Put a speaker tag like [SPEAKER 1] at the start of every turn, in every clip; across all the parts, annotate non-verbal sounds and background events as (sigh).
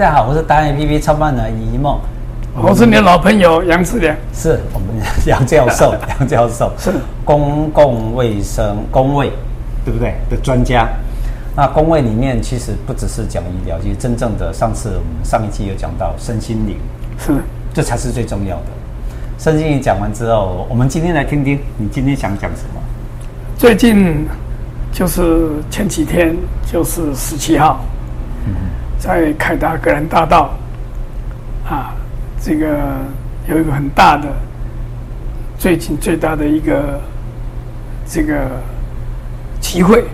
[SPEAKER 1] 大家好，我是达人 APP 创办人尹一梦，
[SPEAKER 2] 我是你的老朋友杨志良。
[SPEAKER 1] 是我们杨教
[SPEAKER 2] (laughs)
[SPEAKER 1] 授，杨教授
[SPEAKER 2] 是
[SPEAKER 1] 公共卫生工卫，对不对的专家？那工卫里面其实不只是讲医疗，其实真正的上次我们上一期有讲到身心灵，
[SPEAKER 2] 是，
[SPEAKER 1] 这才是最重要的。身心灵讲完之后，我们今天来听听你今天想讲什么？
[SPEAKER 2] 最近就是前几天，就是十七号，在凯达格兰大道啊，这个有一个很大的，最近最大的一个这个集会，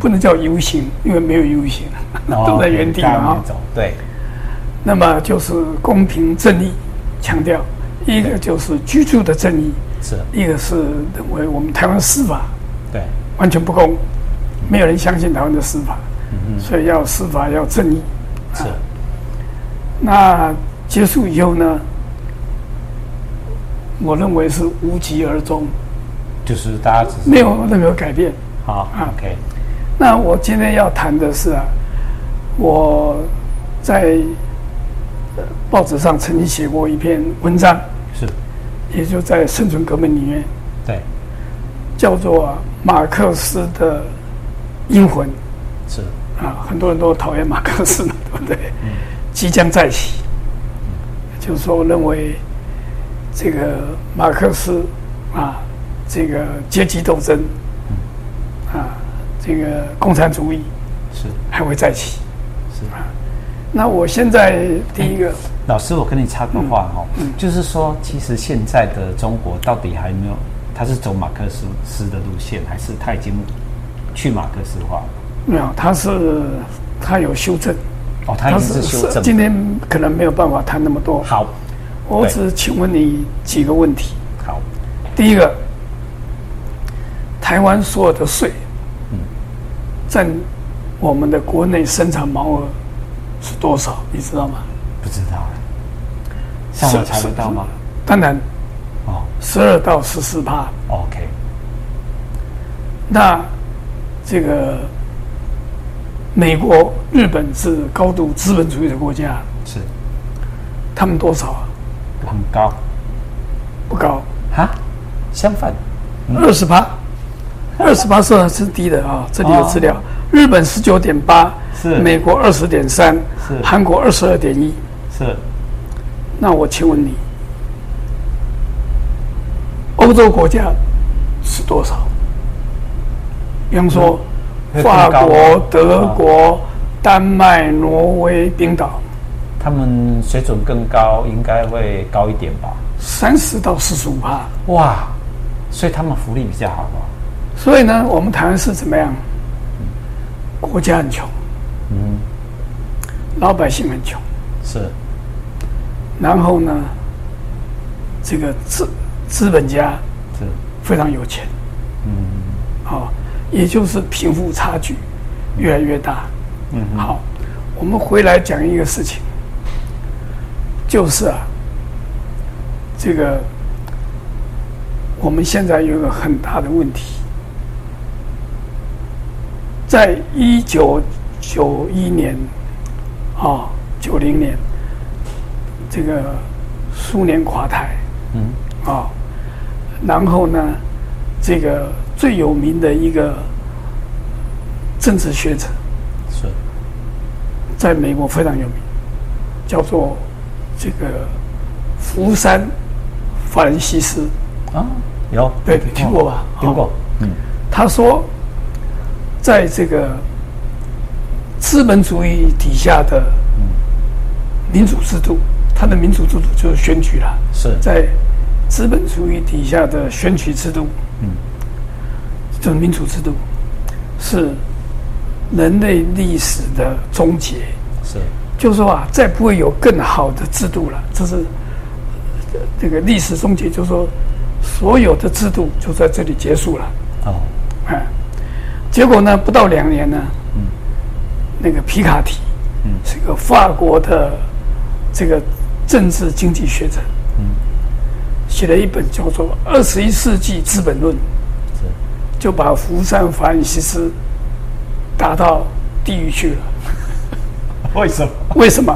[SPEAKER 2] 不能叫游行，因为没有游行， (laughs)
[SPEAKER 1] 哦
[SPEAKER 2] 都在原地
[SPEAKER 1] 大家往
[SPEAKER 2] 啊
[SPEAKER 1] 前。走，对，
[SPEAKER 2] 那么就是公平正义，强调一个就是居住的正义。
[SPEAKER 1] 是，
[SPEAKER 2] 一个是认为我们台湾司法
[SPEAKER 1] 对，
[SPEAKER 2] 完全不公，没有人相信台湾的司法，所以要司法要正义。
[SPEAKER 1] 是，
[SPEAKER 2] 那结束以后呢，我认为是无疾而终，
[SPEAKER 1] 就是大家只是
[SPEAKER 2] 没有任何改变。
[SPEAKER 1] 好
[SPEAKER 2] 啊
[SPEAKER 1] ，OK，
[SPEAKER 2] 那我今天要谈的是啊，我在呃报纸上曾经写过一篇文章，
[SPEAKER 1] 是，
[SPEAKER 2] 也就在《生存革命》里面，
[SPEAKER 1] 对，
[SPEAKER 2] 叫做、啊《马克思的英魂》。
[SPEAKER 1] 是，
[SPEAKER 2] 啊，很多人都讨厌马克思， (laughs) 对不对？即将再起，就是说认为这个马克思啊，这个阶级斗争啊，这个共产主义
[SPEAKER 1] 是。
[SPEAKER 2] 还会再起。
[SPEAKER 1] 是
[SPEAKER 2] 啊，那我现在第一个
[SPEAKER 1] 老师，我跟你插个话
[SPEAKER 2] 嗯
[SPEAKER 1] 哈、哦就是说，其实现在的中国到底还没有，他是走马克思思的路线，还是他已经去马克思化了？
[SPEAKER 2] 没有，他是他有修正，
[SPEAKER 1] 哦，他已经是修正
[SPEAKER 2] 今
[SPEAKER 1] 的。
[SPEAKER 2] 天可能没有办法谈那么多。
[SPEAKER 1] 好，
[SPEAKER 2] 我
[SPEAKER 1] 对
[SPEAKER 2] 只请问你几个问题。
[SPEAKER 1] 好，
[SPEAKER 2] 第一个，台湾所有的税，
[SPEAKER 1] 嗯
[SPEAKER 2] 占我们的国内生产毛额是多少？你知道吗？
[SPEAKER 1] 不知道了，上网查得到吗？
[SPEAKER 2] 当然，
[SPEAKER 1] 哦
[SPEAKER 2] 十二到十四趴。
[SPEAKER 1] ，OK，
[SPEAKER 2] 那这个美国、日本是高度资本主义的国家，
[SPEAKER 1] 是
[SPEAKER 2] 他们多少啊？
[SPEAKER 1] 很高
[SPEAKER 2] 不高，
[SPEAKER 1] 哈，相反嗯
[SPEAKER 2] 二十八，二十八是是低的啊、这里有资料。日本十九点八，
[SPEAKER 1] 哦是
[SPEAKER 2] 美国二十点三
[SPEAKER 1] 是，
[SPEAKER 2] 韩国二十二点一。
[SPEAKER 1] 是
[SPEAKER 2] 那我请问你，欧洲国家是多少？比方说，
[SPEAKER 1] 嗯
[SPEAKER 2] 法
[SPEAKER 1] 会更高
[SPEAKER 2] 国
[SPEAKER 1] 吗、
[SPEAKER 2] 德国、丹麦、挪威、冰岛，
[SPEAKER 1] 他们水准更高，应该会高一点吧？
[SPEAKER 2] 三十到四十五趴。
[SPEAKER 1] 哇，所以他们福利比较好吧？
[SPEAKER 2] 所以呢，我们台湾是怎么样？国家很穷，
[SPEAKER 1] 嗯
[SPEAKER 2] 老百姓很穷，
[SPEAKER 1] 是
[SPEAKER 2] 然后呢，这个资资本家
[SPEAKER 1] 是
[SPEAKER 2] 非常有钱，嗯，好、也就是贫富差距越来越大，嗯，好，我们回来讲一个事情，就是啊，这个我们现在有一个很大的问题，在一九九一年啊九零年，这个苏联垮台，嗯，啊、然后呢，这个最有名的一个政治学者，
[SPEAKER 1] 是
[SPEAKER 2] 在美国非常有名，叫做这个福山法兰西斯，
[SPEAKER 1] 啊，有
[SPEAKER 2] 对，你听过吧？
[SPEAKER 1] 听过
[SPEAKER 2] 哦。他说，在这个资本主义底下的民主制度，它的民主制度就是选举了。
[SPEAKER 1] 是
[SPEAKER 2] 在资本主义底下的选举制度，嗯，就是民主制度，是人类历史的终结。
[SPEAKER 1] 是
[SPEAKER 2] 就是说啊，再不会有更好的制度了。这是呃这个历史终结，就是说所有的制度就在这里结束了。
[SPEAKER 1] 哦，
[SPEAKER 2] 哎、结果呢，不到两年呢，那个皮卡提，是个法国的这个政治经济学者，写了一本叫做《二十一世纪资本论》，
[SPEAKER 1] 是
[SPEAKER 2] 就把福山法兰西斯打到地狱去了。
[SPEAKER 1] 为什么？
[SPEAKER 2] 为什么？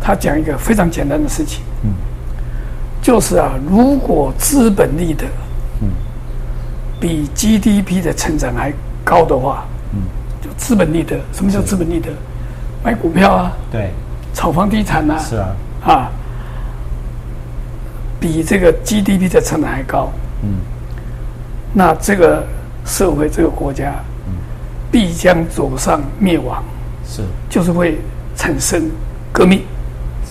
[SPEAKER 2] 他讲一个非常简单的事情，嗯，就是啊，如果资本利得，嗯，比 GDP 的成长还高的话，嗯，就资本利得，什么叫资本利得？买股票啊，
[SPEAKER 1] 对，
[SPEAKER 2] 炒房地产啊，
[SPEAKER 1] 是啊，
[SPEAKER 2] 啊，比这个 GDP 的成长还高，嗯，那这个社会这个国家，嗯，必将走上灭亡，
[SPEAKER 1] 是
[SPEAKER 2] 就是会产生革命。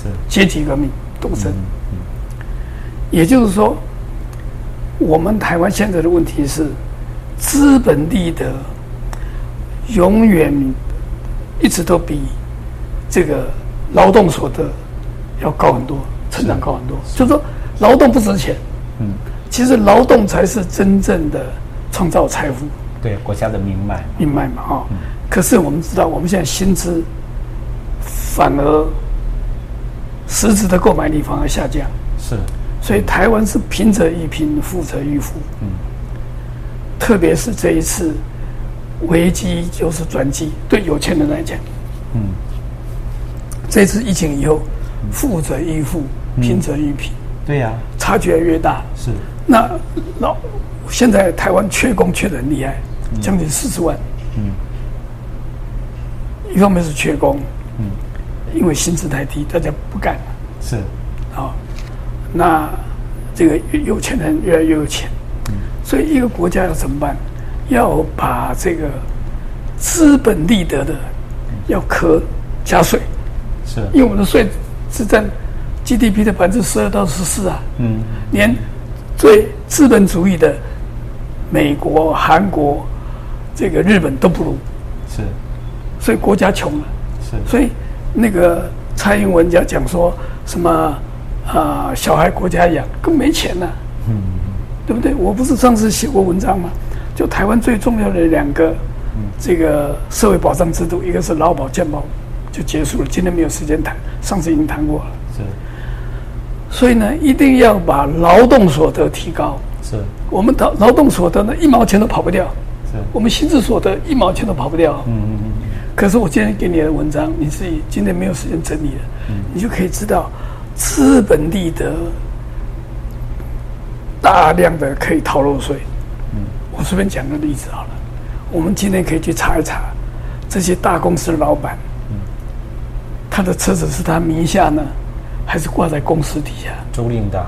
[SPEAKER 1] 是
[SPEAKER 2] 阶级革命斗争。也就是说，我们台湾现在的问题是，资本利得永远一直都比这个劳动所得要高很多，成长高很多。就是说，劳动不值钱。嗯，其实劳动才是真正的创造财富，
[SPEAKER 1] 对国家的命脉，
[SPEAKER 2] 明白吗？哈。可是我们知道，我们现在薪资反而实质的购买力反而下降。
[SPEAKER 1] 是
[SPEAKER 2] 所以台湾是贫者愈贫，富者愈富。嗯，特别是这一次危机就是转机，对有钱人来讲，嗯，嗯这次疫情以后，富者愈富，贫者愈贫，
[SPEAKER 1] 对呀、
[SPEAKER 2] 差距越来越大。
[SPEAKER 1] 是
[SPEAKER 2] 那老现在台湾缺工缺的很厉害，将近四十万。嗯，一方面是缺工，嗯，因为薪资太低，大家不干了。
[SPEAKER 1] 是
[SPEAKER 2] 那这个有钱人越来越有钱，所以一个国家要怎么办？要把这个资本利得的要可加税，
[SPEAKER 1] 是
[SPEAKER 2] 因为我们的税是占 GDP 的百分之十二到十四啊。嗯，连最资本主义的美国、韩国、这个日本都不如，
[SPEAKER 1] 是
[SPEAKER 2] 所以国家穷了。
[SPEAKER 1] 是
[SPEAKER 2] 所以那个蔡英文要讲说什么啊、呃小孩国家养，更没钱了、对不对？我不是上次写过文章吗？就台湾最重要的两个这个社会保障制度，一个是劳保、健保，就结束了，今天没有时间谈，上次已经谈过了。
[SPEAKER 1] 是
[SPEAKER 2] 所以呢，一定要把劳动所得提高。
[SPEAKER 1] 是
[SPEAKER 2] 我们劳劳动所得呢，一毛钱都跑不掉。
[SPEAKER 1] 是
[SPEAKER 2] 我们薪资所得一毛钱都跑不掉。嗯嗯嗯。可是我今天给你的文章，你自己今天没有时间整理了，你就可以知道资本利得大量的可以逃漏税。我随便讲个例子好了，我们今天可以去查一查这些大公司的老板，他的车子是他名下呢，还是挂在公司底下？
[SPEAKER 1] 租赁的啊，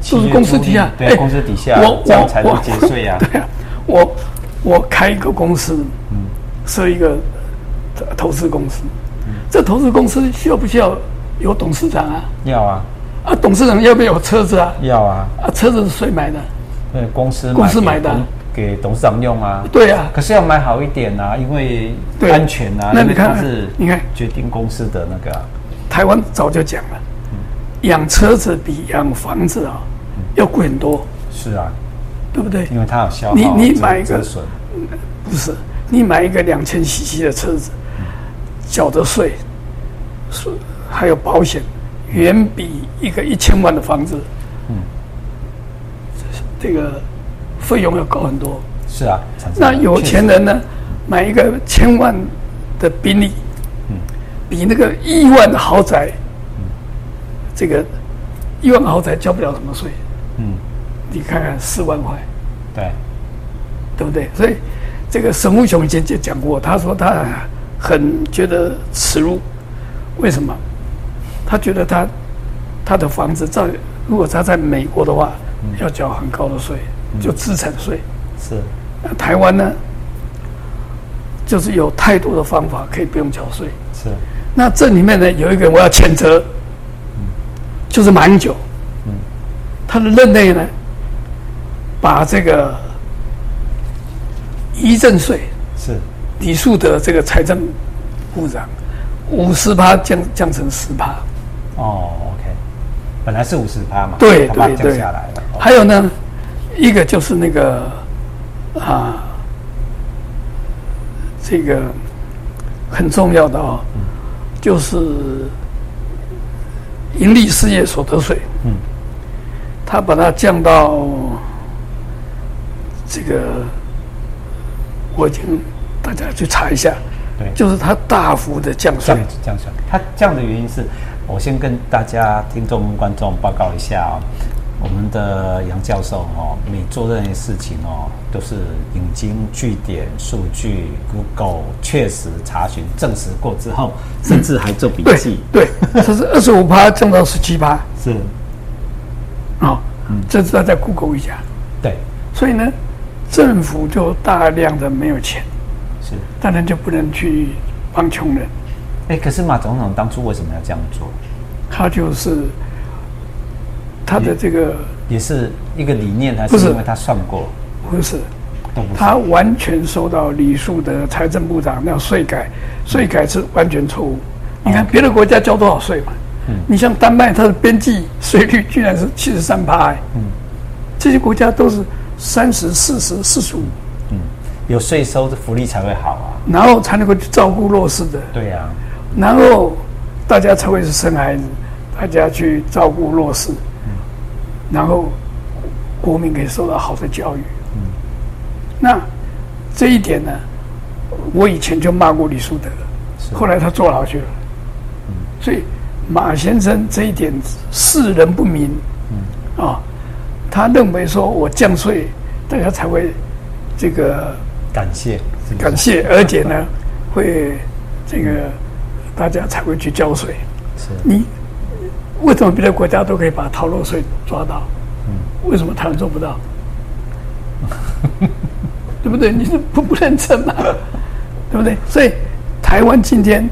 [SPEAKER 2] 就
[SPEAKER 1] 就是
[SPEAKER 2] 公司底下，
[SPEAKER 1] 对、
[SPEAKER 2] 哎
[SPEAKER 1] 公司底下，
[SPEAKER 2] 我
[SPEAKER 1] 这样
[SPEAKER 2] 我
[SPEAKER 1] 才
[SPEAKER 2] 我。
[SPEAKER 1] 能节税啊
[SPEAKER 2] (laughs) 对啊，我我开一个公司，
[SPEAKER 1] 嗯
[SPEAKER 2] 设一个呃投资公司，
[SPEAKER 1] 嗯
[SPEAKER 2] 这投资公司需要不需要有董事长啊？
[SPEAKER 1] 要啊，
[SPEAKER 2] 啊，董事长要不要有车子啊？
[SPEAKER 1] 要啊，
[SPEAKER 2] 啊，车子是谁买的？
[SPEAKER 1] 那公司
[SPEAKER 2] 公司
[SPEAKER 1] 给
[SPEAKER 2] 买的啊
[SPEAKER 1] 给董事长用啊。
[SPEAKER 2] 对啊，
[SPEAKER 1] 可是要买好一点啊，因为
[SPEAKER 2] 对
[SPEAKER 1] 安全啊，
[SPEAKER 2] 那
[SPEAKER 1] 因
[SPEAKER 2] 你
[SPEAKER 1] 为
[SPEAKER 2] 看
[SPEAKER 1] 它是
[SPEAKER 2] 你看
[SPEAKER 1] 决定公司的那个啊、
[SPEAKER 2] 台湾早就讲了，
[SPEAKER 1] 嗯
[SPEAKER 2] 养车子比养房子啊要贵很多，
[SPEAKER 1] 是啊，
[SPEAKER 2] 对不对？
[SPEAKER 1] 因为它有消耗，
[SPEAKER 2] 你你
[SPEAKER 1] 折
[SPEAKER 2] 买一个
[SPEAKER 1] 折损，
[SPEAKER 2] 不是，你买一个两千 cc 的车子，缴的税，税还有保险，远比一个一千万的房子，
[SPEAKER 1] 嗯
[SPEAKER 2] 这个费用要高很多。
[SPEAKER 1] 是啊，产生
[SPEAKER 2] 那
[SPEAKER 1] 了
[SPEAKER 2] 有
[SPEAKER 1] 确实
[SPEAKER 2] 钱人呢，买一个千万的宾利，
[SPEAKER 1] 嗯
[SPEAKER 2] 比那个亿万的豪宅，这个亿万豪宅交不了什么税，
[SPEAKER 1] 嗯，
[SPEAKER 2] 你看看四万块，
[SPEAKER 1] 对，
[SPEAKER 2] 对不对？所以这个沈富雄以前就讲过，他说他很觉得耻辱，为什么？他觉得他他的房子在如果他在美国的话，要缴很高的税，就资产税。
[SPEAKER 1] 是
[SPEAKER 2] 那台湾呢，就是有太多的方法可以不用缴税。
[SPEAKER 1] 是
[SPEAKER 2] 那这里面呢，有一个人我要谴责，就是马英九，他的任内呢，把这个遗赠税，
[SPEAKER 1] 是
[SPEAKER 2] 李树德这个财政部长，五十趴降降成十趴，
[SPEAKER 1] 哦，OK，本来是五十趴嘛，
[SPEAKER 2] 对
[SPEAKER 1] 他把它
[SPEAKER 2] 对
[SPEAKER 1] 降
[SPEAKER 2] 对
[SPEAKER 1] 下来了，哦
[SPEAKER 2] 还有呢，一个就是那个啊，这个很重要的啊、就是盈利事业所得税。嗯，他把它降到这个，我已经大家去查一下，
[SPEAKER 1] 对，
[SPEAKER 2] 就是它大幅的降税
[SPEAKER 1] 降。降下来。它降的原因是我先跟大家听众观众报告一下哦，我们的杨教授哦，每做任何事情哦，都是引经据典、数据、Google 确实查询证实过之后，甚至还做笔
[SPEAKER 2] 对
[SPEAKER 1] 记，
[SPEAKER 2] 对，这是二十五趴降到十七趴
[SPEAKER 1] 是，
[SPEAKER 2] 啊，这是要再 Google 一下。
[SPEAKER 1] 对，
[SPEAKER 2] 所以呢，政府就大量的没有钱，
[SPEAKER 1] 是。
[SPEAKER 2] 当然就不能去帮穷人，
[SPEAKER 1] 哎，可是马总统当初为什么要这样做？
[SPEAKER 2] 他就是他的这个
[SPEAKER 1] 也是一个理念，还
[SPEAKER 2] 不
[SPEAKER 1] 是
[SPEAKER 2] 是
[SPEAKER 1] 因为他算过？
[SPEAKER 2] 不是，
[SPEAKER 1] 都不是。
[SPEAKER 2] 他完全受到李树德财政部长那税改，税改是完全错误。你看别的国家交多少税嘛？你像丹麦，它的边际税率居然是七十三趴，哎，这些国家都是三十、四十、四十五，
[SPEAKER 1] 有税收，福利才会好啊。
[SPEAKER 2] 然后才能够去照顾弱势的，
[SPEAKER 1] 对呀、啊，
[SPEAKER 2] 然后大家才会是生孩子，大家去照顾弱势，然后国民可以受到好的教育。那这一点呢，我以前就骂过李树德
[SPEAKER 1] 是
[SPEAKER 2] 了，后来他坐牢去了。所以马先生这一点世人不明，啊，他认为说我降税，大家才会这个
[SPEAKER 1] 感谢，是不是
[SPEAKER 2] 感谢，而且呢，会这个大家才会去交税。
[SPEAKER 1] 是
[SPEAKER 2] 你为什么别的国家都可以把逃漏税抓到？为什么台湾做不到？ (laughs) 对不对？你是不不认真嘛？ (laughs) 对不对？所以台湾今天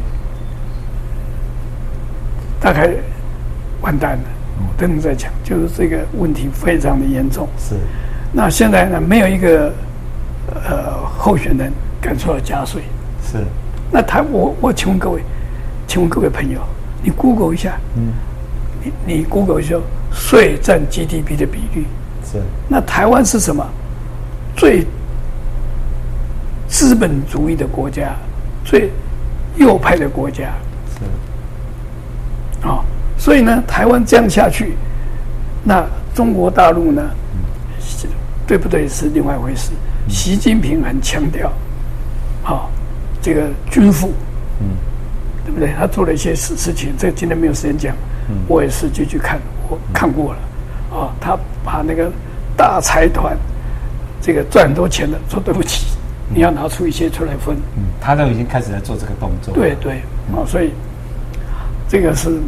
[SPEAKER 2] 大概完蛋了。我等等再讲，就是这个问题非常的严重。
[SPEAKER 1] 是
[SPEAKER 2] 那现在呢，没有一个呃候选人敢说要加税。
[SPEAKER 1] 是
[SPEAKER 2] 那台我我请问各位，请问各位朋友，你 Google 一下，嗯，你你 Google 一下税占 GDP 的比率，
[SPEAKER 1] 是
[SPEAKER 2] 那台湾是什么？最资本主义的国家，最右派的国家
[SPEAKER 1] 是
[SPEAKER 2] 啊、所以呢，台湾这样下去，那中国大陆呢，是对不对是另外一回事。习近平很强调，啊、这个军富，对不对？他做了一些事事情，这个今天没有时间讲，我也是就去看，我看过了，啊、他把那个大财团，这个赚很多钱的，说对不起，你要拿出一些出来分，
[SPEAKER 1] 嗯，他都已经开始在做这个动作。
[SPEAKER 2] 对，对，啊、所以这个是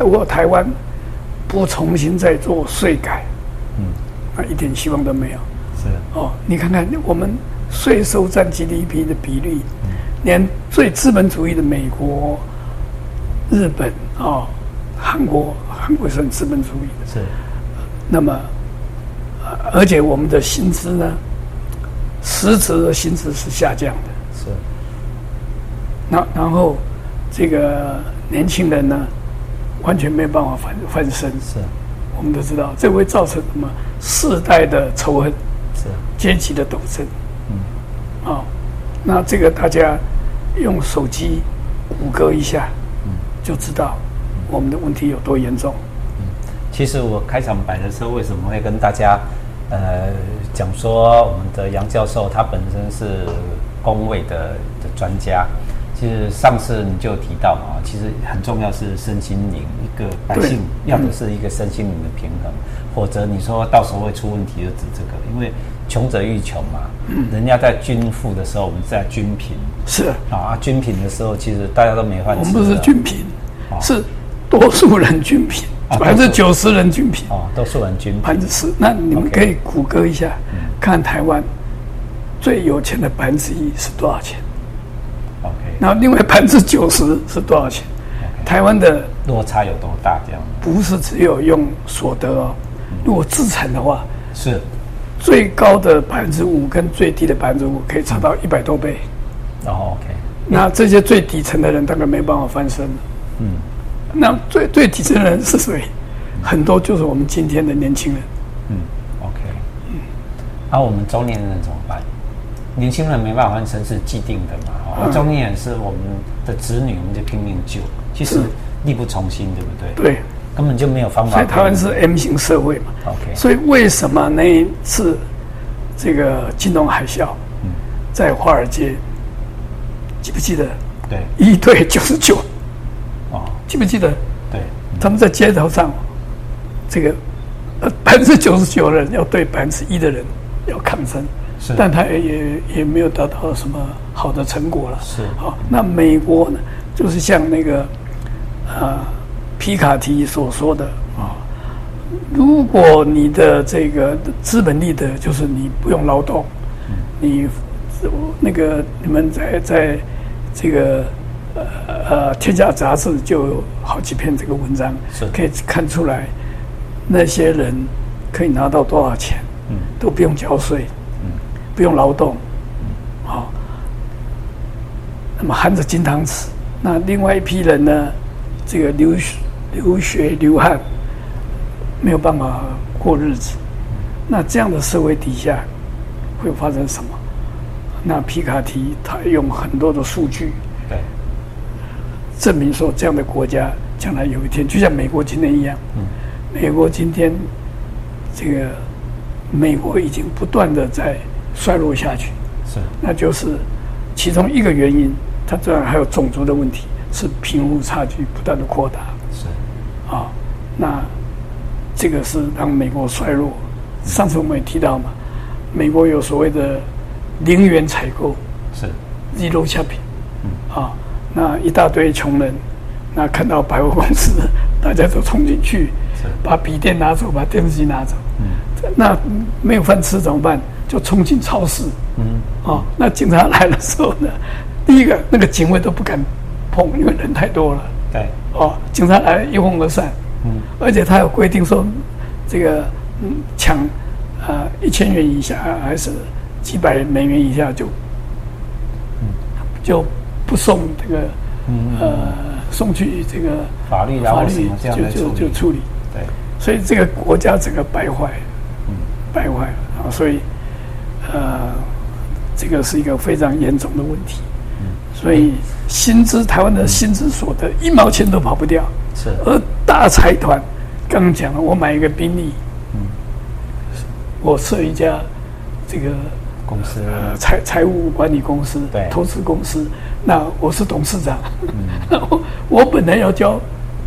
[SPEAKER 2] 如果台湾不重新再做税改，嗯，那一点希望都没有。
[SPEAKER 1] 是
[SPEAKER 2] 哦，你看看我们税收占 GDP 的比例，连最资本主义的美国、日本哦，韩国，韩国是很资本主义的。
[SPEAKER 1] 是
[SPEAKER 2] 那么，呃而且我们的薪资呢，实质的薪资是下降的。
[SPEAKER 1] 是
[SPEAKER 2] 那然后这个年轻人呢，完全没有办法翻翻身。
[SPEAKER 1] 是
[SPEAKER 2] 我们都知道，这会造成什么世代的仇恨。
[SPEAKER 1] 是
[SPEAKER 2] 阶级的斗争。嗯，哦，那这个大家用手机谷歌一下，
[SPEAKER 1] 嗯
[SPEAKER 2] 就知道我们的问题有多严重。
[SPEAKER 1] 其实我开场白的时候，为什么会跟大家呃讲说我们的杨教授他本身是工位的的专家？其实上次你就有提到嘛，其实很重要是身心灵，一个百姓要的是一个身心灵的平衡，
[SPEAKER 2] 嗯
[SPEAKER 1] 否则你说到时候会出问题就指这个，因为穷者愈穷嘛，
[SPEAKER 2] 嗯
[SPEAKER 1] 人家在均富的时候，我们是在均贫
[SPEAKER 2] 是
[SPEAKER 1] 啊，啊均贫的时候其实大家都没饭吃了，啊
[SPEAKER 2] 我们不是均贫
[SPEAKER 1] 哦，
[SPEAKER 2] 是多数人均贫，
[SPEAKER 1] 啊
[SPEAKER 2] 百分之九十人均贫，
[SPEAKER 1] 哦，都是很均
[SPEAKER 2] 百
[SPEAKER 1] 贫，
[SPEAKER 2] 分之十。那你们
[SPEAKER 1] OK
[SPEAKER 2] 可以谷歌一下，看台湾最有钱的百分之一是多少钱，
[SPEAKER 1] ，OK，
[SPEAKER 2] 然后另外百分之九十是多少钱？台湾的
[SPEAKER 1] 落差有多大这样？
[SPEAKER 2] 不是只有用所得哦，如果资产的话，
[SPEAKER 1] 是
[SPEAKER 2] 最高的百分之五跟最低的百分之五可以差到一百多倍。
[SPEAKER 1] 然后 OK，
[SPEAKER 2] 那这些最底层的人大概没办法翻身了。嗯，那最最底层的人是谁？很多就是我们今天的年轻人。
[SPEAKER 1] 嗯，OK，那、啊我们中年人怎么办？年轻人没办法翻身是既定的嘛，哦
[SPEAKER 2] 嗯
[SPEAKER 1] 中年人是我们的子女，我们就拼命救，其实
[SPEAKER 2] 是
[SPEAKER 1] 力不从心，对不对？，
[SPEAKER 2] 对，
[SPEAKER 1] 根本就没有方法
[SPEAKER 2] 所
[SPEAKER 1] 可
[SPEAKER 2] 以
[SPEAKER 1] 以。
[SPEAKER 2] 台湾是 M 型社会嘛。
[SPEAKER 1] OK，
[SPEAKER 2] 所以为什么那一次这个金融海啸，在华尔街，记不记得
[SPEAKER 1] 对，
[SPEAKER 2] 一对九十九？
[SPEAKER 1] 哦，
[SPEAKER 2] 记不记得
[SPEAKER 1] 对，
[SPEAKER 2] 他们在街头上，这个呃百分之九十九的人要对百分之一的人要抗争，
[SPEAKER 1] 是
[SPEAKER 2] 但他也也也没有得到什么好的成果了。
[SPEAKER 1] 是
[SPEAKER 2] 好，那美国呢，就是像那个呃皮卡提所说的啊，如果你的这个资本利得就是你不用劳动，
[SPEAKER 1] 嗯
[SPEAKER 2] 你那个你们在在这个呃呃《天下杂志》就有好几篇这个文章
[SPEAKER 1] 是，
[SPEAKER 2] 可以看出来那些人可以拿到多少钱，
[SPEAKER 1] 嗯
[SPEAKER 2] 都不用交税，不用劳动，
[SPEAKER 1] 嗯
[SPEAKER 2] 好、那么含着金汤匙。那另外一批人呢，这个流血流血流汗，没有办法过日子。那这样的社会底下会发生什么？那皮卡提他用很多的数据
[SPEAKER 1] 对，
[SPEAKER 2] 证明说，这样的国家将来有一天，就像美国今天一样，
[SPEAKER 1] 嗯
[SPEAKER 2] 美国今天这个美国已经不断的在衰落下去。
[SPEAKER 1] 是
[SPEAKER 2] 那就是其中一个原因，它当然还有种族的问题，是贫富差距不断的扩大
[SPEAKER 1] 是
[SPEAKER 2] 啊。那这个是让美国衰落。上次我们也提到嘛，美国有所谓的零元采购
[SPEAKER 1] 是
[SPEAKER 2] （zero shopping） 啊，那一大堆穷人，那看到百货公司，大家都冲进去，
[SPEAKER 1] 是
[SPEAKER 2] 把笔电拿走，把电视机拿走。那没有饭吃怎么办？就冲进超市。
[SPEAKER 1] 嗯
[SPEAKER 2] 哦，那警察来的时候呢，第一个那个警卫都不敢碰，因为人太多了。
[SPEAKER 1] 对
[SPEAKER 2] 哦，警察来了一哄而散。
[SPEAKER 1] 嗯，
[SPEAKER 2] 而且他有规定说，这个嗯抢啊一千元以下还是几百美元以下就，
[SPEAKER 1] 嗯
[SPEAKER 2] 就不送这个呃送去这个
[SPEAKER 1] 法律然
[SPEAKER 2] 法
[SPEAKER 1] 后
[SPEAKER 2] 律
[SPEAKER 1] 什么这样
[SPEAKER 2] 就
[SPEAKER 1] 的处
[SPEAKER 2] 就
[SPEAKER 1] 理
[SPEAKER 2] 就处理。
[SPEAKER 1] 对
[SPEAKER 2] 所以这个国家整个败坏，
[SPEAKER 1] 嗯
[SPEAKER 2] 败坏了啊！所以，呃，这个是一个非常严重的问题。
[SPEAKER 1] 嗯
[SPEAKER 2] 所以薪资，台湾的薪资所得一毛钱都跑不掉，
[SPEAKER 1] 是
[SPEAKER 2] 而呃大财团，刚刚讲了，我买一个宾利，我设一家这个
[SPEAKER 1] 公司
[SPEAKER 2] 呃财财务管理公司
[SPEAKER 1] 嗯对、
[SPEAKER 2] 投资公司，那我是董事长，
[SPEAKER 1] 嗯
[SPEAKER 2] 我 (laughs) 我本来要交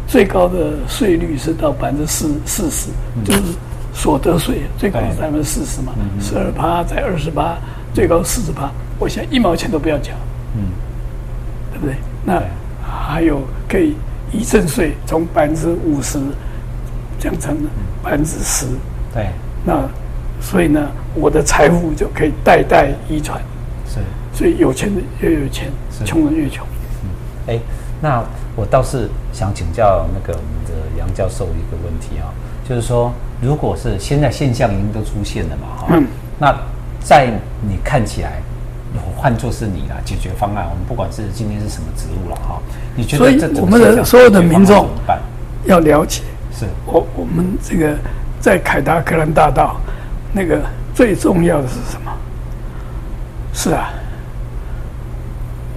[SPEAKER 2] 最高的税率是到百分之四四十，就是所得税最高是
[SPEAKER 1] 嗯对嗯
[SPEAKER 2] 百分之四十嘛，十二趴在二十八，最高四十趴，我现在一毛钱都不要交，
[SPEAKER 1] 嗯
[SPEAKER 2] 对不对？那
[SPEAKER 1] 对
[SPEAKER 2] 还有可以遗赠税从百分之五十降成百分之十，
[SPEAKER 1] 对
[SPEAKER 2] 那所以呢，我的财富就可以代代遗传。
[SPEAKER 1] 是。
[SPEAKER 2] 所以有钱人越有钱，
[SPEAKER 1] 是
[SPEAKER 2] 穷人越穷。
[SPEAKER 1] 哎，那我倒是想请教那个我们的杨教授一个问题啊、就是说，如果是现在现象已经都出现了嘛，哈、
[SPEAKER 2] 嗯
[SPEAKER 1] 那在你看起来，换作是你啦，解决方案，我们不管是今天是什么职务了哈、你觉
[SPEAKER 2] 所
[SPEAKER 1] 得
[SPEAKER 2] 以
[SPEAKER 1] 这整个
[SPEAKER 2] 我们的
[SPEAKER 1] 现象
[SPEAKER 2] 所有的
[SPEAKER 1] 解决方案
[SPEAKER 2] 民众
[SPEAKER 1] 怎么办？
[SPEAKER 2] 要了解，
[SPEAKER 1] 是
[SPEAKER 2] 我我们这个在凯达格兰大道，那个最重要的是什么？是啊，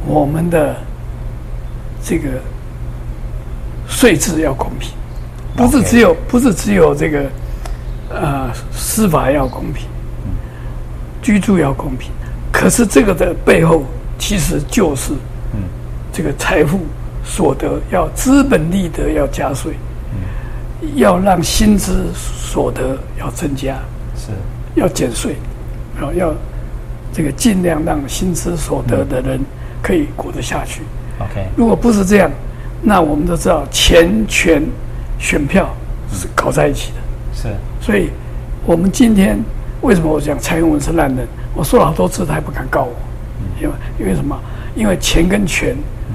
[SPEAKER 2] 我们的这个税制要公平，不是
[SPEAKER 1] OK
[SPEAKER 2] 只有不是只有这个呃司法要公平，居住要公平，可是这个的背后其实就是这个财富所得要资本利得要加税，要让薪资所得要增加，
[SPEAKER 1] 是
[SPEAKER 2] 要减税，然后要这个尽量让薪资所得的人可以过得下去。
[SPEAKER 1] ，OK，
[SPEAKER 2] 如果不是这样，那我们都知道钱权选票是搞在一起的。
[SPEAKER 1] 是
[SPEAKER 2] 所以，我们今天为什么我讲蔡英文是烂人？我说了好多次，他也不敢告我，因为因为什么？因为钱跟权，嗯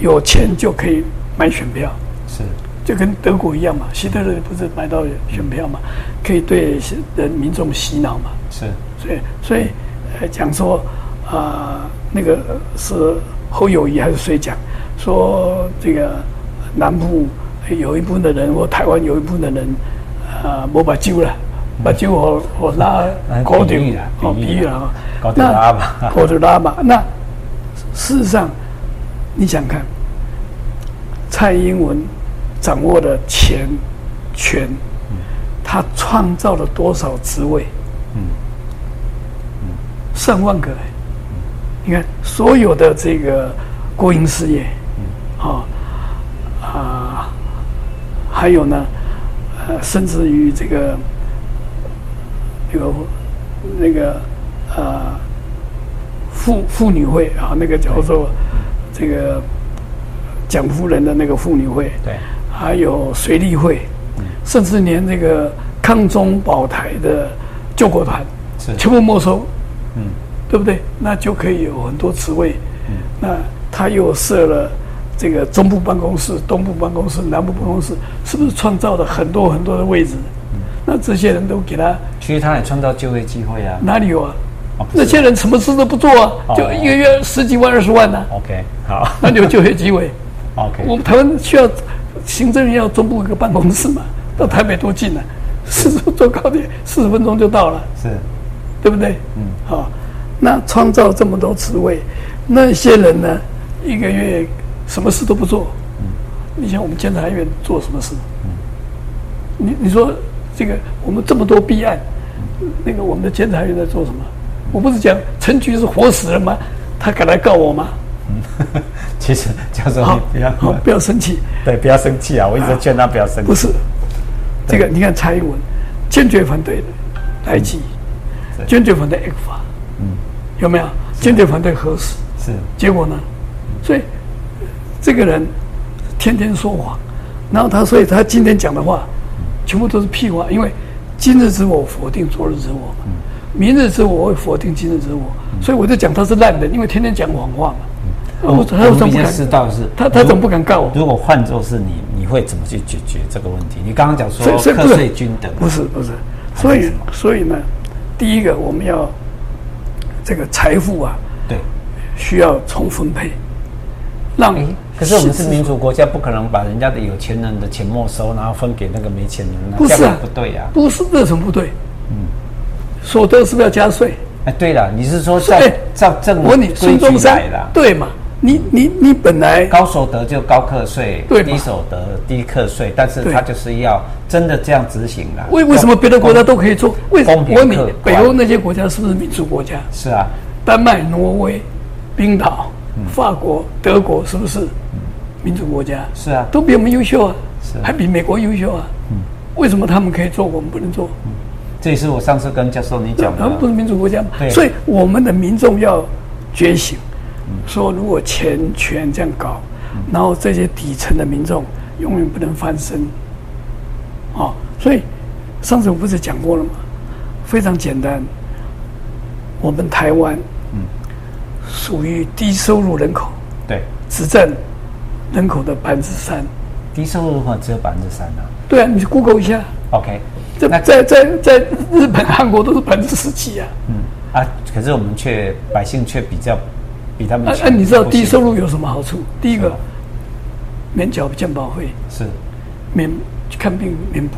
[SPEAKER 2] 有钱就可以买选票，
[SPEAKER 1] 是
[SPEAKER 2] 就跟德国一样嘛。希特勒不是买到选票嘛，可以对人民众洗脑嘛。
[SPEAKER 1] 是
[SPEAKER 2] 所以所以呃讲说啊、那个是侯友谊还是谁讲说这个南部有一部分的人或台湾有一部分的人啊没把酒了，把酒我我拉
[SPEAKER 1] 哎
[SPEAKER 2] 高
[SPEAKER 1] 比
[SPEAKER 2] 点
[SPEAKER 1] 喻啦
[SPEAKER 2] 哦
[SPEAKER 1] 比
[SPEAKER 2] 比
[SPEAKER 1] 喻
[SPEAKER 2] 喻
[SPEAKER 1] 啦
[SPEAKER 2] 了啊，
[SPEAKER 1] 高点拉吧
[SPEAKER 2] 那高点拉吧。那事实上，你想看蔡英文掌握的钱权，
[SPEAKER 1] 嗯
[SPEAKER 2] 他创造了多少职位？
[SPEAKER 1] 嗯
[SPEAKER 2] 上万个、哎
[SPEAKER 1] 嗯嗯
[SPEAKER 2] 你看所有的这个国营事业，啊、啊、还有呢，呃，甚至于这个有那个呃妇妇女会啊，那个叫做这个蒋夫人的那个妇女会，
[SPEAKER 1] 对，
[SPEAKER 2] 还有水利会，甚至连这个抗中保台的救国团
[SPEAKER 1] 是
[SPEAKER 2] 全部没收，
[SPEAKER 1] 嗯，
[SPEAKER 2] 对不对？那就可以有很多职位。那他又设了这个中部办公室、东部办公室、南部办公室，是不是创造了很多很多的位置？那这些人都给他
[SPEAKER 1] 其实他也创造就业机会啊。
[SPEAKER 2] 哪里有啊？
[SPEAKER 1] 哦不是
[SPEAKER 2] 那些人什么事都不做啊，
[SPEAKER 1] 哦
[SPEAKER 2] 就一个月十几万、二十万呢、
[SPEAKER 1] OK，好
[SPEAKER 2] 那就就业机会。
[SPEAKER 1] ，OK，
[SPEAKER 2] 我们台湾需要行政院要中部有个办公室嘛，到台北多近啊，四十坐高铁四十分钟就到了。
[SPEAKER 1] 是，
[SPEAKER 2] 对不对？嗯，好、那创造这么多职位，那些人呢，一个月什么事都不做，
[SPEAKER 1] 嗯
[SPEAKER 2] 你想我们监察院做什么事？你你说这个我们这么多弊案，
[SPEAKER 1] 嗯
[SPEAKER 2] 那个我们的监察院在做什么？我不是讲陈局是活死人吗？他敢来告我吗？
[SPEAKER 1] 其实教授
[SPEAKER 2] 好
[SPEAKER 1] 你哎不要，
[SPEAKER 2] 好，不要生气，
[SPEAKER 1] (laughs) 对，不要生气啊！我一直劝他不要生气。
[SPEAKER 2] 不是，这个你看蔡英文坚决反对来记，
[SPEAKER 1] 嗯对嗯
[SPEAKER 2] 坚决反对 A 股法，有没有？坚决反对核实，
[SPEAKER 1] 是，
[SPEAKER 2] 结果呢，所以这个人天天说谎，然后他所以他今天讲的话全部都是屁话，因为今日之我否定昨日之我
[SPEAKER 1] 嗯
[SPEAKER 2] 嘛，明日之我会否定今日之我，所以我就讲他是烂人，因为天天讲谎话嘛。我他
[SPEAKER 1] 嗯我们
[SPEAKER 2] 怎么
[SPEAKER 1] 比
[SPEAKER 2] 不
[SPEAKER 1] 较
[SPEAKER 2] 敢？
[SPEAKER 1] 知道嗯是，
[SPEAKER 2] 他他怎么不敢告我？
[SPEAKER 1] 如果换作是你，你会怎么去解决这个问题？你刚刚讲说
[SPEAKER 2] 所以所以不
[SPEAKER 1] 课
[SPEAKER 2] 是
[SPEAKER 1] 税均等啊，
[SPEAKER 2] 不是不是，所
[SPEAKER 1] 是
[SPEAKER 2] 以
[SPEAKER 1] 什么
[SPEAKER 2] 所以呢，第一个我们要这个财富啊，
[SPEAKER 1] 对。
[SPEAKER 2] 需要重分配，让
[SPEAKER 1] 哎可是我们是民主国家，不可能把人家的有钱人的钱没收，然后分给那个没钱人啊，
[SPEAKER 2] 不是啊
[SPEAKER 1] 这样也不对呀、啊。
[SPEAKER 2] 不是这什么不对？
[SPEAKER 1] 嗯
[SPEAKER 2] 所得是不是要加税？
[SPEAKER 1] 哎，对了，你是说
[SPEAKER 2] 对
[SPEAKER 1] 照照正
[SPEAKER 2] 我问你，
[SPEAKER 1] 规
[SPEAKER 2] 孙中
[SPEAKER 1] 矩
[SPEAKER 2] 山
[SPEAKER 1] 来啦？
[SPEAKER 2] 对嘛？你你你本来
[SPEAKER 1] 高所得就高课税，
[SPEAKER 2] 对嘛
[SPEAKER 1] 低所得低课税，但是
[SPEAKER 2] 对
[SPEAKER 1] 他就是要真的这样执行啦。
[SPEAKER 2] 为为什么别的国家都可以做？为什
[SPEAKER 1] 公
[SPEAKER 2] 么
[SPEAKER 1] 平
[SPEAKER 2] 我问你
[SPEAKER 1] 客，
[SPEAKER 2] 北
[SPEAKER 1] 观
[SPEAKER 2] 欧那些国家是不是民主国家？
[SPEAKER 1] 是啊？
[SPEAKER 2] 丹麦、挪威、冰岛、
[SPEAKER 1] 嗯
[SPEAKER 2] 法国、德国是不是民主国家？
[SPEAKER 1] 是啊
[SPEAKER 2] 都比我们优秀啊，
[SPEAKER 1] 是嗯
[SPEAKER 2] 还比美国优秀啊。为什么他们可以做，我们不能做？
[SPEAKER 1] 这也是我上次跟教授你讲的
[SPEAKER 2] 他们不
[SPEAKER 1] 啊，
[SPEAKER 2] 是民主国家嘛
[SPEAKER 1] 对？
[SPEAKER 2] 所以我们的民众要觉醒，
[SPEAKER 1] 嗯
[SPEAKER 2] 说如果钱权这样搞，然后这些底层的民众永远不能翻身。哦，所以上次我不是讲过了吗？非常简单，我们台湾
[SPEAKER 1] 嗯
[SPEAKER 2] 属于低收入人口，
[SPEAKER 1] 对，
[SPEAKER 2] 只占人口的百分之三。
[SPEAKER 1] 低收入的话只有百分之三啊。
[SPEAKER 2] 对啊，你 Google 一下，
[SPEAKER 1] OK，
[SPEAKER 2] 在
[SPEAKER 1] 那
[SPEAKER 2] 在在在日本、韩国都是百分之十几啊。
[SPEAKER 1] 啊，可是我们却百姓却比较比他们
[SPEAKER 2] 那、啊、
[SPEAKER 1] 穷
[SPEAKER 2] 那你知道
[SPEAKER 1] 不
[SPEAKER 2] 低
[SPEAKER 1] 幸
[SPEAKER 2] 收入有什么好处？第一
[SPEAKER 1] 是
[SPEAKER 2] 个
[SPEAKER 1] 吧，
[SPEAKER 2] 免缴健保费，
[SPEAKER 1] 是
[SPEAKER 2] 免去看病免部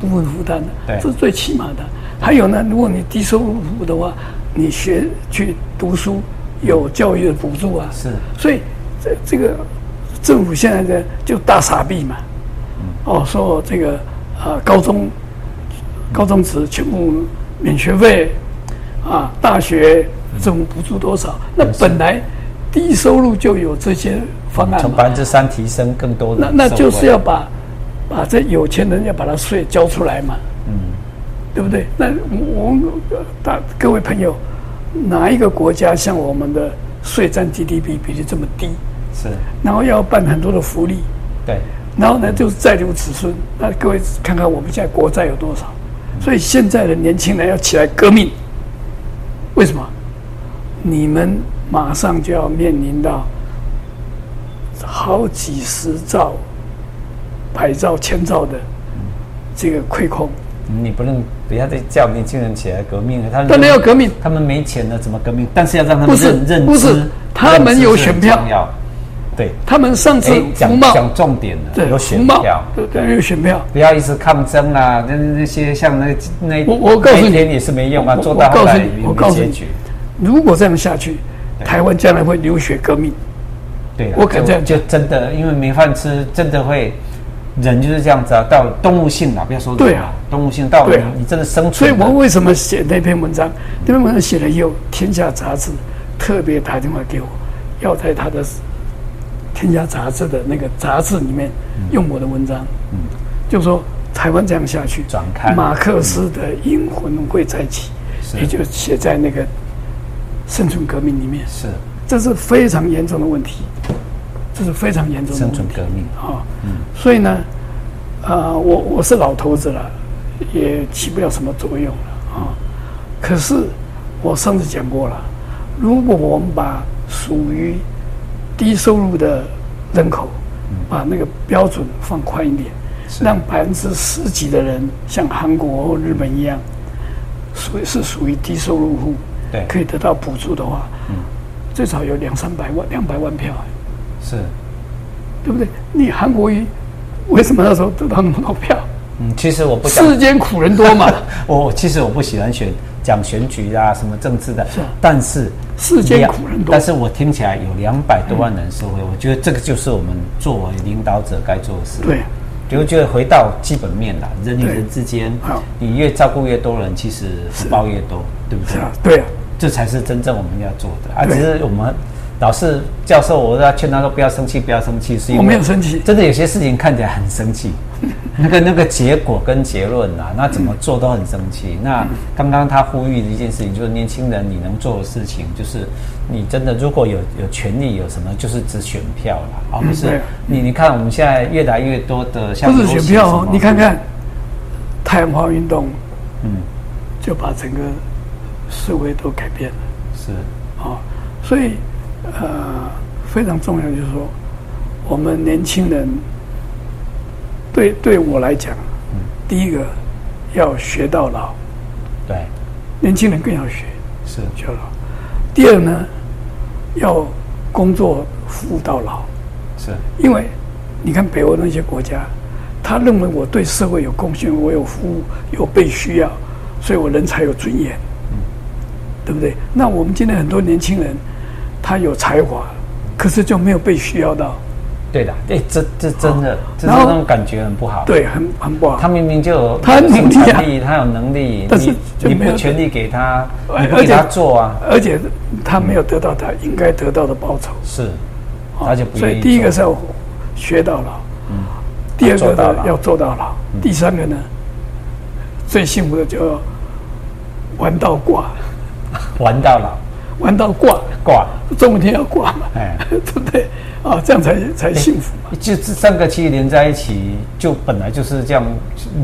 [SPEAKER 2] 部分负担
[SPEAKER 1] 对
[SPEAKER 2] 的，这是最起码的。还有呢，如果你低收入户的话，你学去读书有教育的补助啊。
[SPEAKER 1] 是
[SPEAKER 2] 所以这这个政府现在的就大傻逼嘛，
[SPEAKER 1] 嗯
[SPEAKER 2] 哦，说这个啊高中高中职全部免学费啊，大学
[SPEAKER 1] 嗯
[SPEAKER 2] 政府补助多少？那本来低收入就有这些方案
[SPEAKER 1] 从
[SPEAKER 2] 嘛
[SPEAKER 1] 百分之三提升更多
[SPEAKER 2] 那
[SPEAKER 1] 人
[SPEAKER 2] 那
[SPEAKER 1] 受
[SPEAKER 2] 就
[SPEAKER 1] 惠
[SPEAKER 2] 是要把把这有钱人要把他税交出来嘛，嗯，对不对？那我们大各位朋友，哪一个国家像我们的税占 GDP 比例这么低？
[SPEAKER 1] 是
[SPEAKER 2] 然后要办很多的福利，
[SPEAKER 1] 对
[SPEAKER 2] 然后呢就是再留子孙。那各位看看我们现在国债有多少？所以现在的年轻人要起来革命，为什么？你们马上就要面临到好几十兆、百兆、千兆的这个亏空，
[SPEAKER 1] 嗯你不能不要再叫年轻人起来革命了，他们
[SPEAKER 2] 当然要革命。
[SPEAKER 1] 他们没钱了怎么革命？但是要让他们
[SPEAKER 2] 不是
[SPEAKER 1] 认认知，
[SPEAKER 2] 不是他们有
[SPEAKER 1] 认知是很
[SPEAKER 2] 选票
[SPEAKER 1] 重要对，
[SPEAKER 2] 他们上次
[SPEAKER 1] 哎，
[SPEAKER 2] 福
[SPEAKER 1] 讲
[SPEAKER 2] 茂
[SPEAKER 1] 讲重点了，
[SPEAKER 2] 对
[SPEAKER 1] 有
[SPEAKER 2] 福
[SPEAKER 1] 选
[SPEAKER 2] 茂
[SPEAKER 1] 票，
[SPEAKER 2] 对对有选票，
[SPEAKER 1] 不要一直抗争啦，那那那些像那那
[SPEAKER 2] 我我告诉
[SPEAKER 1] 那
[SPEAKER 2] 你
[SPEAKER 1] 一天也是没用啊，
[SPEAKER 2] 我
[SPEAKER 1] 做到后来
[SPEAKER 2] 我告诉
[SPEAKER 1] 也
[SPEAKER 2] 你我
[SPEAKER 1] 没
[SPEAKER 2] 告诉
[SPEAKER 1] 结
[SPEAKER 2] 你
[SPEAKER 1] 局。
[SPEAKER 2] 如果这样下去，台湾将来会流血革命。
[SPEAKER 1] 对啦，
[SPEAKER 2] 我敢
[SPEAKER 1] 就
[SPEAKER 2] 这样
[SPEAKER 1] 就
[SPEAKER 2] 讲
[SPEAKER 1] 真的，因为没饭吃，真的会，人就是这样子啊，到动物性啊，不要说人
[SPEAKER 2] 对啊，
[SPEAKER 1] 动物性到你
[SPEAKER 2] 对啊
[SPEAKER 1] 你真的生
[SPEAKER 2] 所以
[SPEAKER 1] 存了，
[SPEAKER 2] 我为什么写那篇文章？那篇文章写了以后，《天下》杂志特别打电话给我，要在他
[SPEAKER 1] 嗯
[SPEAKER 2] 的《天下》杂志的那个杂志里面用我的文章。就说台湾这样下去，
[SPEAKER 1] 转看
[SPEAKER 2] 马克思的英魂会再起，
[SPEAKER 1] 是
[SPEAKER 2] 也就写在那个生存革命里面。
[SPEAKER 1] 是
[SPEAKER 2] 这是非常严重的问题，这是非常严重的
[SPEAKER 1] 生
[SPEAKER 2] 问题
[SPEAKER 1] 存革命，
[SPEAKER 2] 啊、
[SPEAKER 1] 嗯
[SPEAKER 2] 所以呢，呃，我我是老头子了，也起不了什么作用了啊、可是我上次讲过了，如果我们把属于低收入的人口，把那个标准放宽一点，
[SPEAKER 1] 嗯是
[SPEAKER 2] 让百分之十几的人像韩国或日本一样，属于是属于低收入户，
[SPEAKER 1] 对嗯
[SPEAKER 2] 可以得到补助的话，最少有两三百万、两百万票，
[SPEAKER 1] 是
[SPEAKER 2] 对不对？你韩国瑜为什么那时候得到那么多票？
[SPEAKER 1] 嗯，其实我不想
[SPEAKER 2] 世间苦人多
[SPEAKER 1] (laughs)
[SPEAKER 2] 嘛，
[SPEAKER 1] 我我其实我不喜欢选讲选举啊，什么政治的，
[SPEAKER 2] 是啊
[SPEAKER 1] 但是
[SPEAKER 2] 世间苦人多
[SPEAKER 1] 但是我听起来有两百多万人受惠，我觉得这个就是我们作为领导者该做的事。
[SPEAKER 2] 对，
[SPEAKER 1] 就觉得回到基本面啦，人与
[SPEAKER 2] 对
[SPEAKER 1] 人之间
[SPEAKER 2] 好，
[SPEAKER 1] 你越照顾越多人，其实福报越多，对不
[SPEAKER 2] 是
[SPEAKER 1] 对？
[SPEAKER 2] 啊，对啊，
[SPEAKER 1] 这才是真正我们要做的啊！
[SPEAKER 2] 对
[SPEAKER 1] 只是我们老是教授，我都要劝他说不要生气，不要生气，是因
[SPEAKER 2] 我
[SPEAKER 1] 为
[SPEAKER 2] 没有生气
[SPEAKER 1] 真的有些事情看起来很生
[SPEAKER 2] (laughs)
[SPEAKER 1] 气，那个那个结果跟结论啊，那怎么做都很生
[SPEAKER 2] 嗯
[SPEAKER 1] 气。那刚刚他呼吁的一件事情，就是年轻人你能做的事情，就是你真的如果有有权利有什么，就是只选票啦，而、不
[SPEAKER 2] 嗯对
[SPEAKER 1] 是你你看我们现在越来越多的像
[SPEAKER 2] 不是
[SPEAKER 1] 游
[SPEAKER 2] 选
[SPEAKER 1] 行
[SPEAKER 2] 票
[SPEAKER 1] 什
[SPEAKER 2] 哦
[SPEAKER 1] 么，
[SPEAKER 2] 你看看太阳花运动，
[SPEAKER 1] 嗯，
[SPEAKER 2] 就把整个思维都改变了。
[SPEAKER 1] 是
[SPEAKER 2] 啊，所以呃非常重要，就是说我们年轻人对对我来讲，
[SPEAKER 1] 嗯
[SPEAKER 2] 第一个要学到老，
[SPEAKER 1] 对
[SPEAKER 2] 年轻人更要学
[SPEAKER 1] 是
[SPEAKER 2] 学到老。第二呢，要工作服务到老，
[SPEAKER 1] 是
[SPEAKER 2] 因为你看北欧那些国家，他认为我对社会有贡献，我有服务，有被需要，所以我人才有尊严，对不对？那我们今天很多年轻人，他有才华，可是就没有被需要到，
[SPEAKER 1] 对的，哎，这这真的，这是
[SPEAKER 2] 然后
[SPEAKER 1] 那种感觉很不好。
[SPEAKER 2] 对，很很不好
[SPEAKER 1] 他。明明就有
[SPEAKER 2] 他很努力啊
[SPEAKER 1] 生产力，他有能力，
[SPEAKER 2] 但是
[SPEAKER 1] 你
[SPEAKER 2] 就
[SPEAKER 1] 你
[SPEAKER 2] 没有
[SPEAKER 1] 不全力给他，
[SPEAKER 2] 哎
[SPEAKER 1] 你不
[SPEAKER 2] 而
[SPEAKER 1] 给
[SPEAKER 2] 且
[SPEAKER 1] 他做啊，
[SPEAKER 2] 而且他没有得到他应该得到的报酬，
[SPEAKER 1] 是，他就不
[SPEAKER 2] 哦所
[SPEAKER 1] 愿
[SPEAKER 2] 以
[SPEAKER 1] 意。嗯
[SPEAKER 2] 第一个是，要学到老，第二
[SPEAKER 1] 要做
[SPEAKER 2] 个
[SPEAKER 1] 到
[SPEAKER 2] 呢
[SPEAKER 1] 老嗯
[SPEAKER 2] 要做到老，第三个呢最幸福的就要玩到挂，
[SPEAKER 1] 玩到老
[SPEAKER 2] 玩到挂，
[SPEAKER 1] 挂，
[SPEAKER 2] 中午天要挂嘛，
[SPEAKER 1] 哎
[SPEAKER 2] (laughs) 对不对？啊，这样才才幸福。
[SPEAKER 1] 就这三个区域连在一起，就本来就是这样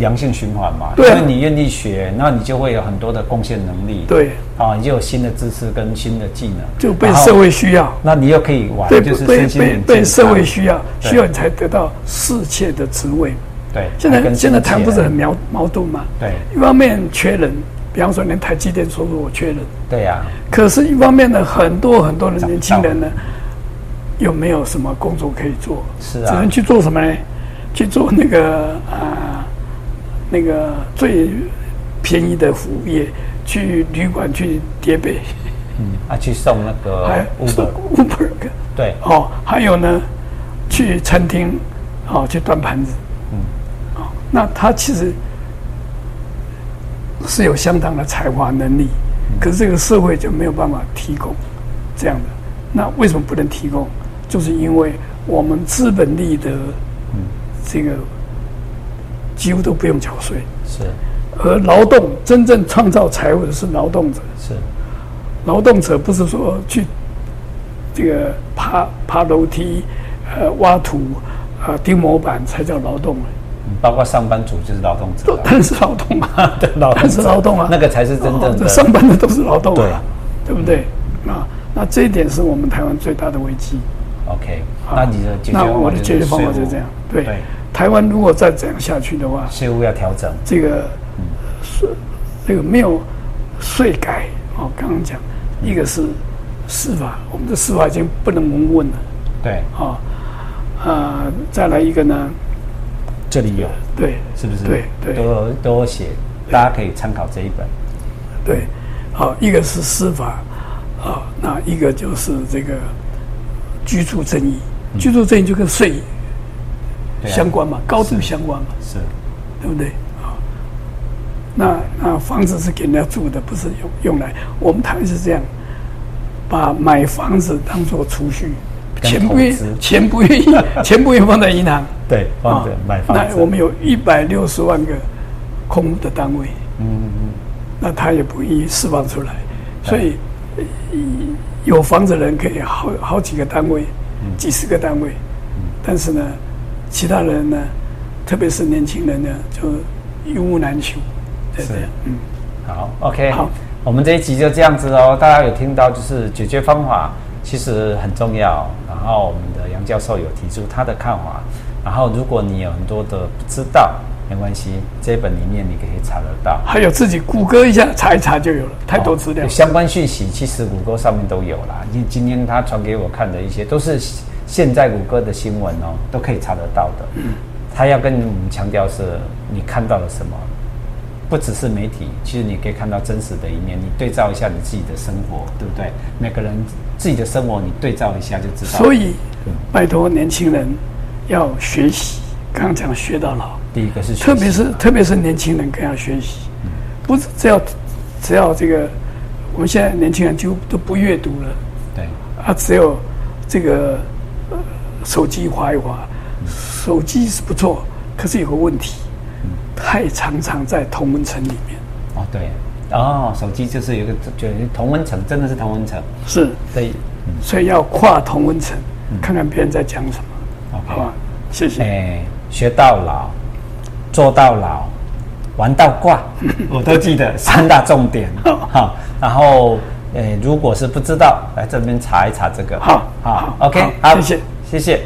[SPEAKER 1] 良性循环嘛。
[SPEAKER 2] 对啊
[SPEAKER 1] 因为你愿意学，那你就会有很多的贡献能力。
[SPEAKER 2] 对，
[SPEAKER 1] 啊，你就有新的知识跟新的技能，
[SPEAKER 2] 就被
[SPEAKER 1] 然后
[SPEAKER 2] 社会需要，
[SPEAKER 1] 那你又可以玩，
[SPEAKER 2] 对，
[SPEAKER 1] 就是
[SPEAKER 2] 被
[SPEAKER 1] 身心
[SPEAKER 2] 被
[SPEAKER 1] 灵
[SPEAKER 2] 被
[SPEAKER 1] 健
[SPEAKER 2] 社会
[SPEAKER 1] 康
[SPEAKER 2] 需要，
[SPEAKER 1] 对
[SPEAKER 2] 需要你才得到世切的职位。
[SPEAKER 1] 对。
[SPEAKER 2] 现
[SPEAKER 1] 还
[SPEAKER 2] 在
[SPEAKER 1] 跟
[SPEAKER 2] 现在
[SPEAKER 1] 世界哎
[SPEAKER 2] 谈不是很矛矛盾吗？
[SPEAKER 1] 对
[SPEAKER 2] 一方面缺人，比方说连台积电说说我缺人，
[SPEAKER 1] 对呀，
[SPEAKER 2] 可是一方面呢，很多很多的年轻人呢，又没有什么工作可以做，
[SPEAKER 1] 是啊
[SPEAKER 2] 只能去做什么呢？去做那个啊、那个最便宜的服务业，去旅馆去叠被，
[SPEAKER 1] 啊，去送那个 Uber，
[SPEAKER 2] (laughs) Uber
[SPEAKER 1] 对，
[SPEAKER 2] 哦，还有呢，去餐厅哦去端盘子，嗯，哦，那他其实是有相当的才华能力，可是这个社会就没有办法提供这样的。那为什么不能提供？就是因为我们资本利得，这个几乎都不用缴税，
[SPEAKER 1] 是
[SPEAKER 2] 而劳动真正创造财富的是劳动者。
[SPEAKER 1] 是
[SPEAKER 2] 劳动者不是说去这个爬爬楼梯、呃挖土、啊钉模板才叫劳动
[SPEAKER 1] 嗯包括上班族就是劳动者
[SPEAKER 2] 都
[SPEAKER 1] 啊，
[SPEAKER 2] 当然是劳动啊，
[SPEAKER 1] 对劳
[SPEAKER 2] 当然是劳动啊，
[SPEAKER 1] 那个才是真正
[SPEAKER 2] 这
[SPEAKER 1] 的。
[SPEAKER 2] 上班的都是劳动啊，对不对？啊，那这一点是我们台湾最大的危机。
[SPEAKER 1] OK，那你的解决
[SPEAKER 2] 那我的
[SPEAKER 1] 就
[SPEAKER 2] 解
[SPEAKER 1] 是
[SPEAKER 2] 决方法
[SPEAKER 1] 税
[SPEAKER 2] 就
[SPEAKER 1] 务
[SPEAKER 2] 是这样，对
[SPEAKER 1] 对，
[SPEAKER 2] 台湾如果再这样下去的话，
[SPEAKER 1] 税务要调整，
[SPEAKER 2] 这个
[SPEAKER 1] 嗯
[SPEAKER 2] 税这个没有税改哦，刚刚讲，一个是司法，我们的司法已经不能蒙混了。
[SPEAKER 1] 对，
[SPEAKER 2] 啊，呃，再来一个呢，
[SPEAKER 1] 这里有
[SPEAKER 2] 对
[SPEAKER 1] 是不是？
[SPEAKER 2] 对对
[SPEAKER 1] 都有都有写，大家可以参考这一本。
[SPEAKER 2] 对，好、一个是司法，啊，那一个就是这个居住正义，居住正义就跟税
[SPEAKER 1] 嗯对啊
[SPEAKER 2] 相关嘛，高度相关嘛，
[SPEAKER 1] 是
[SPEAKER 2] 对不对？啊，那那房子是给人家住的，不是用用来，我们台湾是这样，把买房子当做储蓄，
[SPEAKER 1] 跟
[SPEAKER 2] 钱
[SPEAKER 1] 投
[SPEAKER 2] 不愿
[SPEAKER 1] 资，
[SPEAKER 2] 钱不愿意，钱不愿意放在银行
[SPEAKER 1] 对，放着买房
[SPEAKER 2] 啊那
[SPEAKER 1] 子，
[SPEAKER 2] 我们有一百六十万个空的单位，嗯那他也不易释放出来，
[SPEAKER 1] 哎
[SPEAKER 2] 所以呃有房子的人可以好好几个单位，
[SPEAKER 1] 嗯
[SPEAKER 2] 几十个单位，但是呢，其他人呢，特别是年轻人呢，就一屋难求，对不
[SPEAKER 1] 是
[SPEAKER 2] 对？嗯，
[SPEAKER 1] 好，OK，
[SPEAKER 2] 好
[SPEAKER 1] 我们这一集就这样子喽。大家有听到就是解决方法其实很重要，然后我们的杨教授有提出他的看法，然后如果你有很多的不知道，没关系，这本里面你可以查得到。
[SPEAKER 2] 还有自己谷歌一下查一查就有了，太多资料
[SPEAKER 1] 哦。相关讯息其实谷歌上面都有啦。因为今天他传给我看的一些都是现在谷歌的新闻哦，都可以查得到的。他要跟我们强调是，你看到了什么，不只是媒体，其实你可以看到真实的一面。你对照一下你自己的生活，对不对？每个人自己的生活，你对照一下就知道。嗯
[SPEAKER 2] 所，以，拜托年轻人要学习，刚刚讲学到老。
[SPEAKER 1] 第一个是学习
[SPEAKER 2] 特别是特别是年轻人更要学习，不是只要只要这个，我们现在年轻人几乎都不阅读了
[SPEAKER 1] 对
[SPEAKER 2] 啊，只有这个、呃手机划一划，手机是不错，可是有个问题，太常常在同文层里面，
[SPEAKER 1] 哦对哦，手机就是有一个就是同温层，真的是同温层。
[SPEAKER 2] 是，
[SPEAKER 1] 对
[SPEAKER 2] 所以要跨同文层，看看别人在讲什么，好
[SPEAKER 1] ，OK
[SPEAKER 2] 吧。？谢谢。
[SPEAKER 1] 哎，学到老，做到老，玩到挂， (laughs) 我哦都记得 (laughs) 三大重点。好，然后，呃哎，如果是不知道，来这边查一查这个。
[SPEAKER 2] 好
[SPEAKER 1] 好
[SPEAKER 2] 好
[SPEAKER 1] ，OK，
[SPEAKER 2] 好
[SPEAKER 1] 好，
[SPEAKER 2] 谢谢，
[SPEAKER 1] 谢谢。